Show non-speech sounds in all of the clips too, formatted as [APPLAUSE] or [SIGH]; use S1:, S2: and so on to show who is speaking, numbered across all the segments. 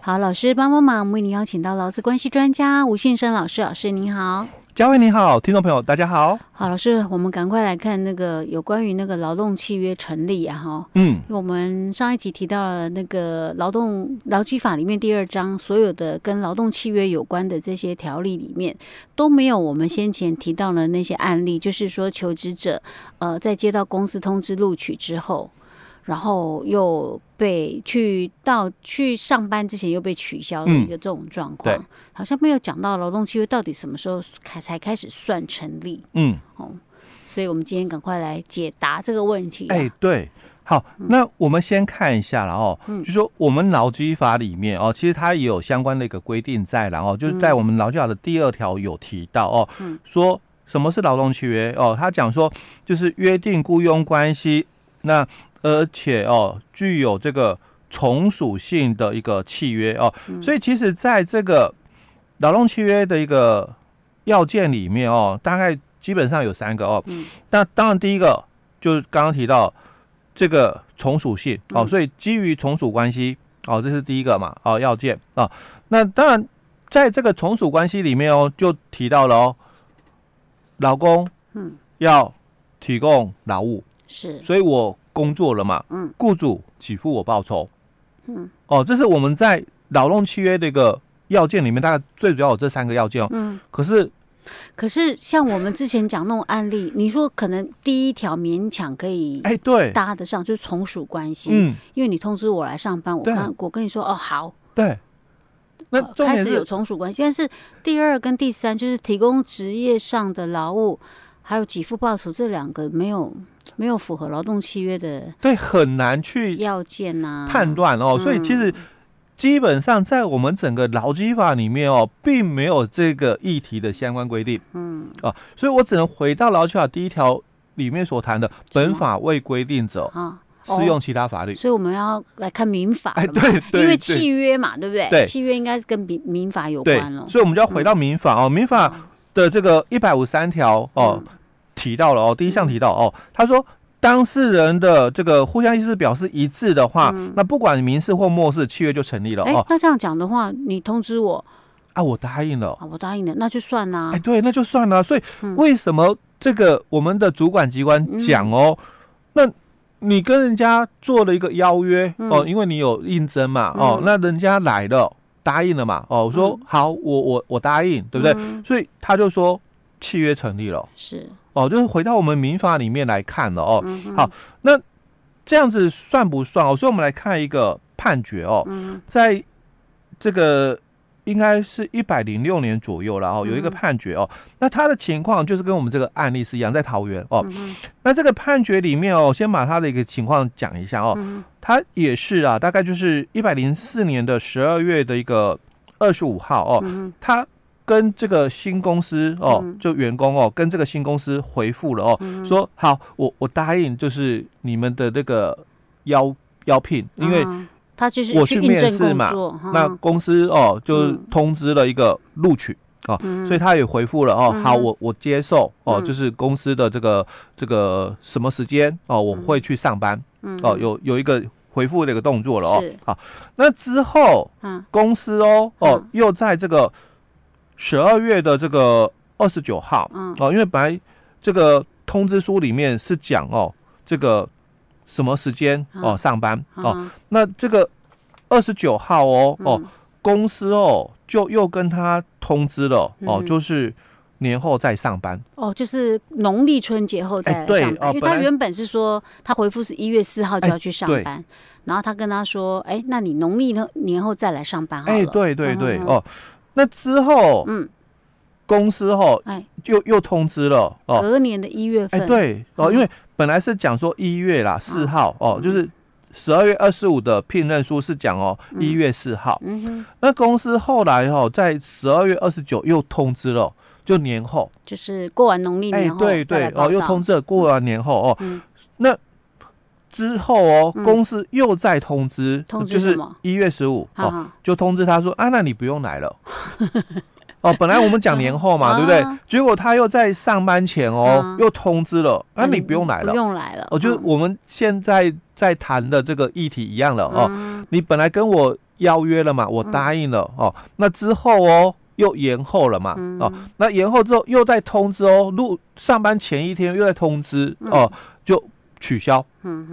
S1: 好，老师帮帮忙，我们为您邀请到劳资关系专家吴信生老师，老师您好。
S2: 嘉惠你好，听众朋友大家好。
S1: 好，老师，我们赶快来看那个有关于那个劳动契约成立啊，哈，
S2: 嗯，
S1: 我们上一集提到了那个劳动劳基法里面第二章所有的跟劳动契约有关的这些条例里面都没有我们先前提到的那些案例，就是说求职者呃在接到公司通知录取之后，然后又被去到去上班之前又被取消的一个这种状况，
S2: 嗯对
S1: 好像没有讲到劳动契约到底什么时候开才开始算成立
S2: 嗯，
S1: 哦，所以我们今天赶快来解答这个问题、啊。
S2: 哎、对，好，那我们先看一下了哦，
S1: 嗯
S2: 就说我们劳基法里面哦，其实它也有相关的一个规定在啦，然后就是在我们劳基法的第二条有提到哦，
S1: 嗯
S2: 说什么是劳动契约哦，它讲说就是约定雇佣关系，那而且哦具有这个从属性的一个契约哦，
S1: 嗯
S2: 所以其实在这个劳动契约的一个要件里面哦，大概基本上有三个哦，
S1: 嗯
S2: 那当然，第一个就是刚刚提到这个从属性哦，
S1: 嗯
S2: 所以基于从属关系哦，这是第一个嘛哦要件啊、那当然，在这个从属关系里面哦，就提到了哦，老公
S1: 嗯，
S2: 要提供劳务，
S1: 是，
S2: 所以我工作了嘛，
S1: 嗯，
S2: 雇主给付我报酬，
S1: 嗯
S2: 哦，这是我们在劳动契约的一个要件里面，大概最主要有这三个要件哦。
S1: 嗯。
S2: 可是
S1: 可是像我们之前讲那种案例， [LAUGHS] 你说可能第一条勉强可以
S2: 哎，对，
S1: 搭得上，就是从属关系，
S2: 嗯，
S1: 因为你通知我来上班，我
S2: 对
S1: 刚我跟你说哦好，
S2: 对。那
S1: 呃
S2: 重
S1: 开
S2: 点
S1: 始
S2: 是
S1: 有从属关系，但是第二跟第三就是提供职业上的劳务，还有给付报酬这两个没有没有符合劳动契约的
S2: 对，很难去
S1: 要件呐、啊，
S2: 判断哦，所以其实基本上在我们整个劳基法里面哦，并没有这个议题的相关规定
S1: 嗯，
S2: 啊，所以我只能回到劳基法第一条里面所谈的，本
S1: 么
S2: 法未规定者
S1: 啊，哦
S2: 适用其他法律。
S1: 所以我们要来看民法
S2: 哎
S1: 了嘛，
S2: 对对
S1: 因为
S2: 对
S1: 契约嘛，对不对？
S2: 对
S1: 契约应该是跟民民法有
S2: 对
S1: 关了，。
S2: 所以我们就要回到民法哦，民法
S1: 嗯
S2: 的这个一百五三条哦
S1: 嗯
S2: 提到了哦，第一项提到哦，他说。当事人的这个互相意思表示一致的话，
S1: 嗯
S2: 那不管民事或漠视，契约就成立了
S1: 哎、
S2: 哦。
S1: 那这样讲的话，你通知我
S2: 啊，我答应了，
S1: 啊，我答应了，那就算啦、
S2: 哎，对，那就算了。所以
S1: 啊嗯
S2: 为什么这个我们的主管机关讲哦，
S1: 嗯
S2: 那你跟人家做了一个邀约、哦，
S1: 嗯
S2: 因为你有应征嘛，哦
S1: 嗯，
S2: 那人家来了，答应了嘛，哦，我说、
S1: 嗯
S2: 好，我我我答应，对不对？
S1: 嗯
S2: 所以他就说契约成立了，
S1: 是，
S2: 哦，就是回到我们民法里面来看了哦，
S1: 嗯哼
S2: 好这样子算不算哦？所以我们来看一个判决哦，
S1: 嗯
S2: 在这个应该是一百零六年左右了哦，有一个
S1: 嗯
S2: 判决哦。那他的情况就是跟我们这个案例是一样，在桃园哦。
S1: 嗯哼
S2: 那这个判决里面哦，先把他的一个情况讲一下哦。
S1: 嗯哼
S2: 他也是啊，大概就是一百零四年的十二月的一个二十五号哦，
S1: 嗯哼
S2: 他跟这个新公司哦
S1: 嗯，
S2: 就员工哦，跟这个新公司回复了哦，
S1: 嗯
S2: 说好，我我答应就是你们的那个邀邀聘，因为
S1: 啊他就是
S2: 我
S1: 去
S2: 去
S1: 应
S2: 面
S1: 征
S2: 试
S1: 工
S2: 嘛
S1: 作，哈
S2: 那公司哦，就是
S1: 嗯
S2: 通知了一个录取哦，
S1: 嗯
S2: 所以他也回复了哦，
S1: 嗯
S2: 好，
S1: 哼
S2: 我我接受哦，
S1: 嗯
S2: 就是公司的这个这个什么时间哦，我会去上班
S1: 嗯
S2: 哦，有有一个回复的一个动作了哦
S1: 是，
S2: 好，那之后
S1: 嗯
S2: 公司哦哦
S1: 嗯
S2: 又在这个十二月的这个二十九号
S1: 嗯
S2: 哦，因为本来这个通知书里面是讲哦这个什么时间哦
S1: 嗯
S2: 上班哦，
S1: 嗯
S2: 那这个二十九号哦哦，
S1: 嗯
S2: 公司哦就又跟他通知了哦，
S1: 嗯
S2: 就是年后再上班。
S1: 哦，就是农历春节后再
S2: 哎
S1: 来
S2: 对
S1: 上班，
S2: 哦
S1: 因为
S2: 本
S1: 他
S2: 来
S1: 原本是说他回复是一月四号就
S2: 哎
S1: 要去上
S2: 对
S1: 班，然后他跟他说，哎，那你农历呢年后再来上班好了，
S2: 哎，对对对
S1: 嗯，
S2: 哦，那之后
S1: 啊嗯，
S2: 公司哦
S1: 哎，
S2: 就又通知了哦，
S1: 隔年的一月
S2: 哎
S1: 份，
S2: 对哦，
S1: 嗯
S2: 因为本来是讲说一月啦四号哦
S1: 嗯，
S2: 就是十二月二十五的聘任书是讲哦
S1: 嗯
S2: 一月四号，
S1: 嗯哼，
S2: 那公司后来哦在十二月二十九又通知了，就年后。
S1: 就是过完农历
S2: 哎，
S1: 年后
S2: 对
S1: 再
S2: 对
S1: 来报
S2: 哦，又
S1: 道
S2: 通知了过完年后哦，
S1: 嗯
S2: 那之后哦，
S1: 嗯
S2: 公司又再通知，
S1: 通知
S2: 就
S1: 什
S2: 是
S1: 么
S2: 一月十五
S1: 哈
S2: 哦，
S1: 哈
S2: 就通知他说啊，那你不用来了。哦，本来我们讲年后
S1: [LAUGHS]
S2: 嘛，对不
S1: 啊
S2: 对？结果他又在上班前
S1: 啊
S2: 哦，又通知了，啊，你不用来
S1: 不
S2: 了。
S1: 用来了，
S2: 哦，就是
S1: 嗯
S2: 我们现在在谈的这个议题一样了哦，
S1: 嗯
S2: 你本来跟我邀约了嘛，我答应了、哦，那之后哦又延后了嘛，
S1: 嗯
S2: 哦，那延后之后又再通知哦，入上班前一天又在通知
S1: 嗯
S2: 哦，就取消，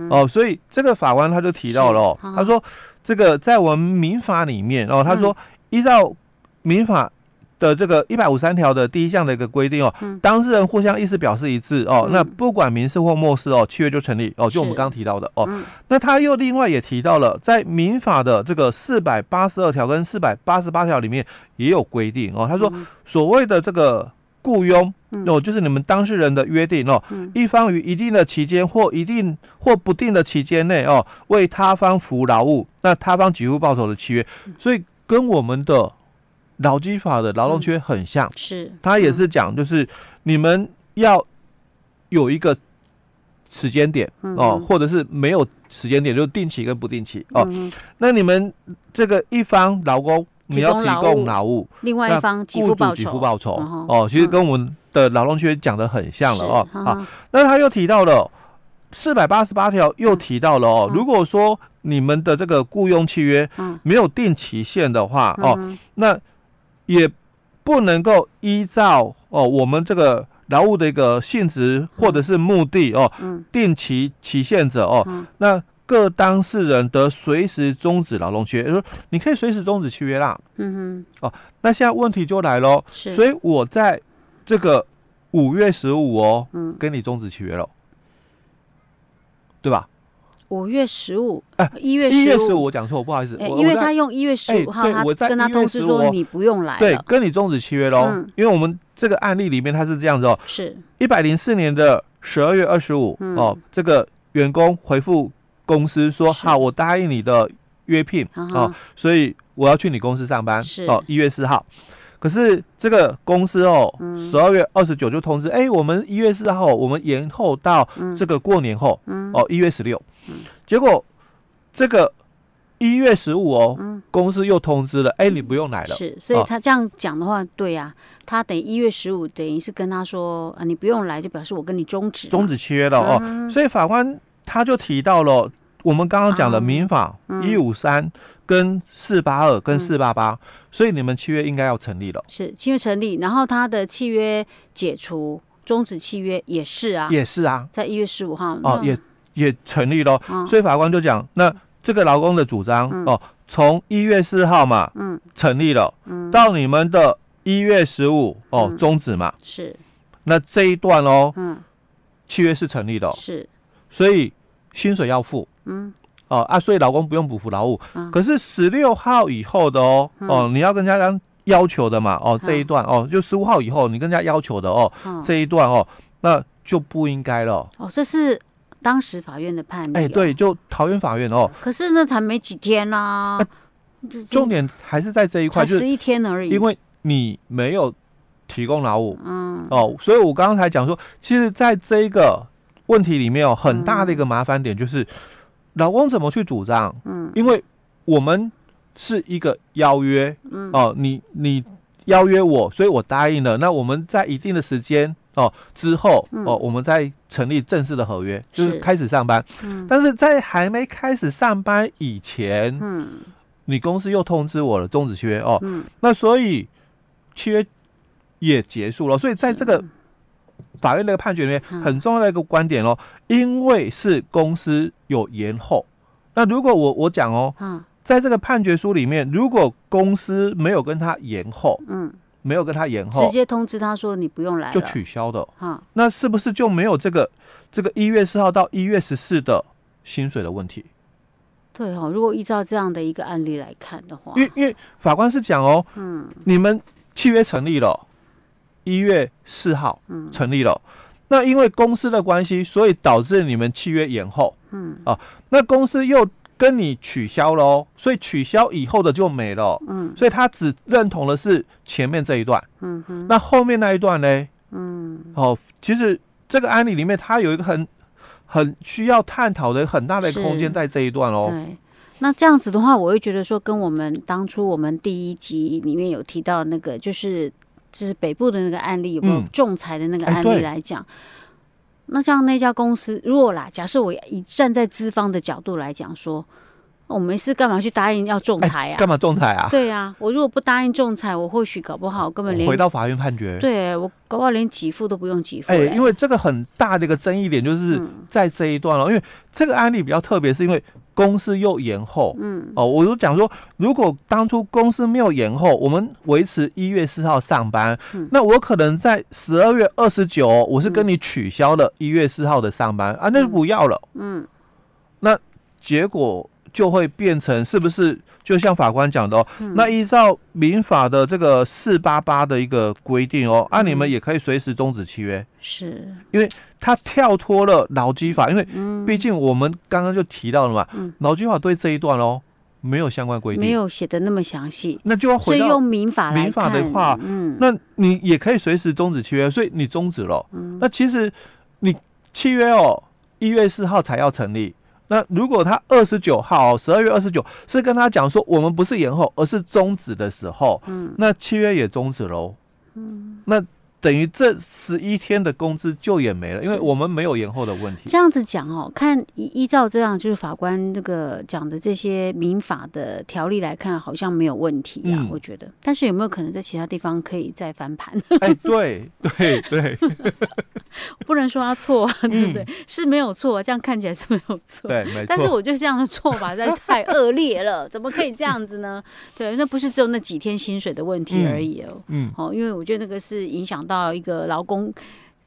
S2: 哦，所以这个法官他就提到了、哦
S1: 是好，
S2: 他说这个在我们民法里面哦，他说
S1: 嗯
S2: 依照民法。的这个一百五三条的第一项的一个规定哦，
S1: 嗯
S2: 当事人互相意思表示一致哦，那不管民事或漠视哦，契约就成立哦，就我们
S1: 是
S2: 刚刚提到的哦，
S1: 嗯
S2: 那他又另外也提到了，在民法的这个四百八十二条跟四百八十八条里面也有规定哦。他说，所谓的这个雇佣、哦，就是你们当事人的约定哦，一方于一定的期间或一定或不定的期间内哦，为他方服劳务，那他方给付报酬的契约，所以跟我们的劳基法的劳动契约很像。
S1: 是，
S2: 他也是讲，就是你们要有一个时间点
S1: 嗯
S2: 哦，或者是没有时间点，就定期跟不定期哦。
S1: 嗯
S2: 那你们这个一方劳工，
S1: 提
S2: 你要
S1: 供
S2: 提
S1: 劳务
S2: 供劳务，
S1: 另外
S2: 那
S1: 一方给
S2: 雇
S1: 付
S2: 主
S1: 报
S2: 给
S1: 酬，
S2: 付报酬
S1: 嗯哼
S2: 哦，其实跟我们的劳动契约讲的很像了哦。
S1: 是嗯
S2: 好，，那他又提到了四百八十八条，又提到了哦，
S1: 嗯
S2: 如果说你们的这个雇佣契约
S1: 嗯
S2: 没有定期限的话、
S1: 嗯
S2: 哦，
S1: 哼
S2: 那也不能够依照哦我们这个劳务的一个性质或者是目的哦，
S1: 嗯
S2: 定期期限者哦，
S1: 嗯
S2: 那各当事人得随时终止劳动契约，就是说你可以随时终止契约啦。
S1: 嗯
S2: 那现在问题就来喽，
S1: 哼，是，
S2: 所
S1: 以
S2: 以我在这个五月十五哦，
S1: 嗯，
S2: 跟你终止契约了，对吧？
S1: 五月十五
S2: 哎，
S1: 一月
S2: 一月十五
S1: 五，
S2: 我讲错，我不好意思，
S1: 哎
S2: 我
S1: 因为
S2: 我在
S1: 他用一月十五
S2: 哎
S1: 号，
S2: 对
S1: 他
S2: 我在
S1: 跟他
S2: 1月
S1: 通知
S2: 15
S1: 说
S2: 哦
S1: 你不用来
S2: 对
S1: 了，
S2: 跟你终止契约喽，
S1: 嗯
S2: 因为我们这个案例里面它是这样子哦，
S1: 是，
S2: 一百零四年的十二月二十五
S1: 嗯
S2: 哦，这个员工回复公司说：“
S1: 是
S2: 好，我答应你的约聘
S1: 啊
S2: 哦
S1: 哈，
S2: 所以我要去你公司上班
S1: 是
S2: 哦，一月四号。”可是这个公司哦，
S1: 嗯
S2: 十二月二十九就通知，哎、我们一月四号，我们延后到
S1: 嗯
S2: 这个过年后、
S1: 嗯
S2: 哦，一月十六
S1: 嗯。
S2: 结果这个一月十五哦，
S1: 嗯
S2: 公司又通知了，哎、你不用来了。
S1: 是，所以
S2: 哦
S1: 他这样讲的话，对呀，他等于一月十五，等于是跟他说啊，你不用来，就表示我跟你终止嘛，
S2: 终止契约了哦。
S1: 嗯
S2: 所以法官他就提到了我们刚刚讲的
S1: 啊
S2: 民法
S1: 嗯
S2: 一五三跟四八二跟四八八，所以你们契约应该要成立了，
S1: 是契约成立，然后他的契约解除、终止契约也是啊，
S2: 也是啊，
S1: 在一月十五号
S2: 哦
S1: 那
S2: 也也成立了
S1: 嗯。
S2: 所以法官就讲，那这个劳工的主张哦，从一月四号嘛，
S1: 嗯，
S2: 成立了，到你们的一月十五哦
S1: 嗯
S2: 终止嘛，
S1: 是
S2: 那这一段哦
S1: 嗯
S2: 契约是成立的哦，
S1: 是
S2: 所以薪水要付。
S1: 嗯
S2: 哦啊，所以老公不用补付劳务。
S1: 嗯
S2: 可是十六号以后的哦，哦，你要跟人家要求的嘛，哦，这一段哦，就十五号以后你跟人家要求的哦，
S1: 哦
S2: 这一段哦，那就不应该了。
S1: 哦，这是当时法院的判例、啊
S2: 哎，，对，就桃园法院哦，
S1: 可是呢才没几天啦、
S2: 啊
S1: 就
S2: 重点还是在这一块，
S1: 才
S2: 就是
S1: 十一天而已，
S2: 因为你没有提供劳务
S1: 嗯
S2: 哦，所以我刚才讲说，其实在这一个问题里面哦，很大的一个麻烦点就是，老公怎么去主张？
S1: 嗯
S2: 因为我们是一个邀约，嗯，哦，你你邀约我，所以我答应了。那我们在一定的时间哦之后哦，我们再成立正式的合约，就
S1: 嗯
S2: 是
S1: 是
S2: 开始上班。
S1: 嗯
S2: 但是在还没开始上班以前，
S1: 嗯
S2: 你公司又通知我了终止契约哦，
S1: 嗯
S2: 那所以契约也结束了。所以在这个法院那个判决里面，
S1: 嗯
S2: 很重要的一个观点哦，因为是公司有延后。那如果我我讲哦，
S1: 啊
S2: 在这个判决书里面，如果公司没有跟他延后，
S1: 嗯，
S2: 没有跟他延
S1: 直
S2: 后，
S1: 接通知他说你不用来了，
S2: 就取消的，
S1: 啊
S2: 那是不是就没有这个这个一月四号到一月十四的薪水的问题？
S1: 对哦，如果依照这样的一个案例来看的话
S2: 因，为因为法官是讲哦，
S1: 嗯
S2: 你们契约成立了，一月四号
S1: 嗯
S2: 成立了。那因为公司的关系，所以导致你们契约延后。
S1: 嗯，
S2: 啊，那公司又跟你取消了哦，所以取消以后的就没了。
S1: 嗯
S2: 所以他只认同的是前面这一段，
S1: 嗯哼
S2: 那后面那一段呢？
S1: 嗯
S2: 哦，其实这个案例里面，它有一个很很需要探讨的很大的
S1: 是
S2: 空间在这一段哦。
S1: 对。那这样子的话，我会觉得说，跟我们当初我们第一集里面有提到那个，就是就是北部的那个案例，有没有
S2: 嗯
S1: 仲裁的那个
S2: 哎
S1: 案例
S2: 对
S1: 来讲？那这样那家公司，如果啦，假设我以站在资方的角度来讲说，哦我们是干嘛去答应要仲裁啊？
S2: 干嘛仲裁啊？
S1: 对啊，我如果不答应仲裁，我或许搞不好根本连
S2: 回到法院判决。
S1: 对我搞不好连给付都不用给付、
S2: 哎、
S1: 欸。
S2: 因为这个很大的一个争议点就是
S1: 嗯
S2: 在这一段了，因为这个案例比较特别，是因为公司又延后。
S1: 嗯
S2: 哦，我就讲说，如果当初公司没有延后，我们维持一月四号上班，
S1: 嗯
S2: 那我可能在十二月二十九，我是跟你取消了一月四号的上班、啊，那就不要了。
S1: 嗯，
S2: 结果就会变成是不是就像法官讲的哦，
S1: 嗯
S2: 那依照民法的这个四八八的一个规定哦，
S1: 嗯
S2: 啊，你们也可以随时终止契约。
S1: 是
S2: 它跳脱了劳基法，因为
S1: 嗯
S2: 毕竟我们刚刚就提到了嘛，劳基法对这一段哦没有相关规
S1: 没
S2: 定，
S1: 有写的那么详细，
S2: 那就要
S1: 所
S2: 回
S1: 以
S2: 到
S1: 用民法来
S2: 民法的
S1: 看
S2: 话
S1: 嗯，
S2: 那你也可以随时终止契约，所以你终止了。
S1: 嗯
S2: 那其实你契约哦，一月四号才要成立。那如果他二十九号、哦十二月二十九是跟他讲说我们不是延后，而是终止的时候，嗯，那契约也终止喽。嗯，那等于这十一天的工资就也没了，因为
S1: 是
S2: 我们没有延后的问题。
S1: 这样子讲哦，看依依照这样就是法官这个讲的这些民法的条例来看，好像没有问题啊，
S2: 嗯
S1: 我觉得。但是有没有可能在其他地方可以再翻盘？ [LAUGHS]
S2: 哎，对对对
S1: 不能说他错啊，对不对？是没有错啊，这样看起来是没有错。
S2: 嗯对，
S1: [LAUGHS]
S2: 没
S1: 但是
S2: 错。
S1: 我觉得这样的做法实在是太恶劣了，怎么可以这样子呢？对，那不是只有那几天薪水的问题
S2: 嗯
S1: 而已哦。
S2: 嗯，
S1: 哦，因为我觉得那个是影响到一个劳工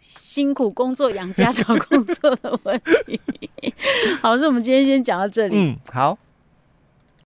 S1: 辛苦工作 [LAUGHS] 养家找工作的问题。好，所以我们今天先讲到这里。
S2: 嗯，好，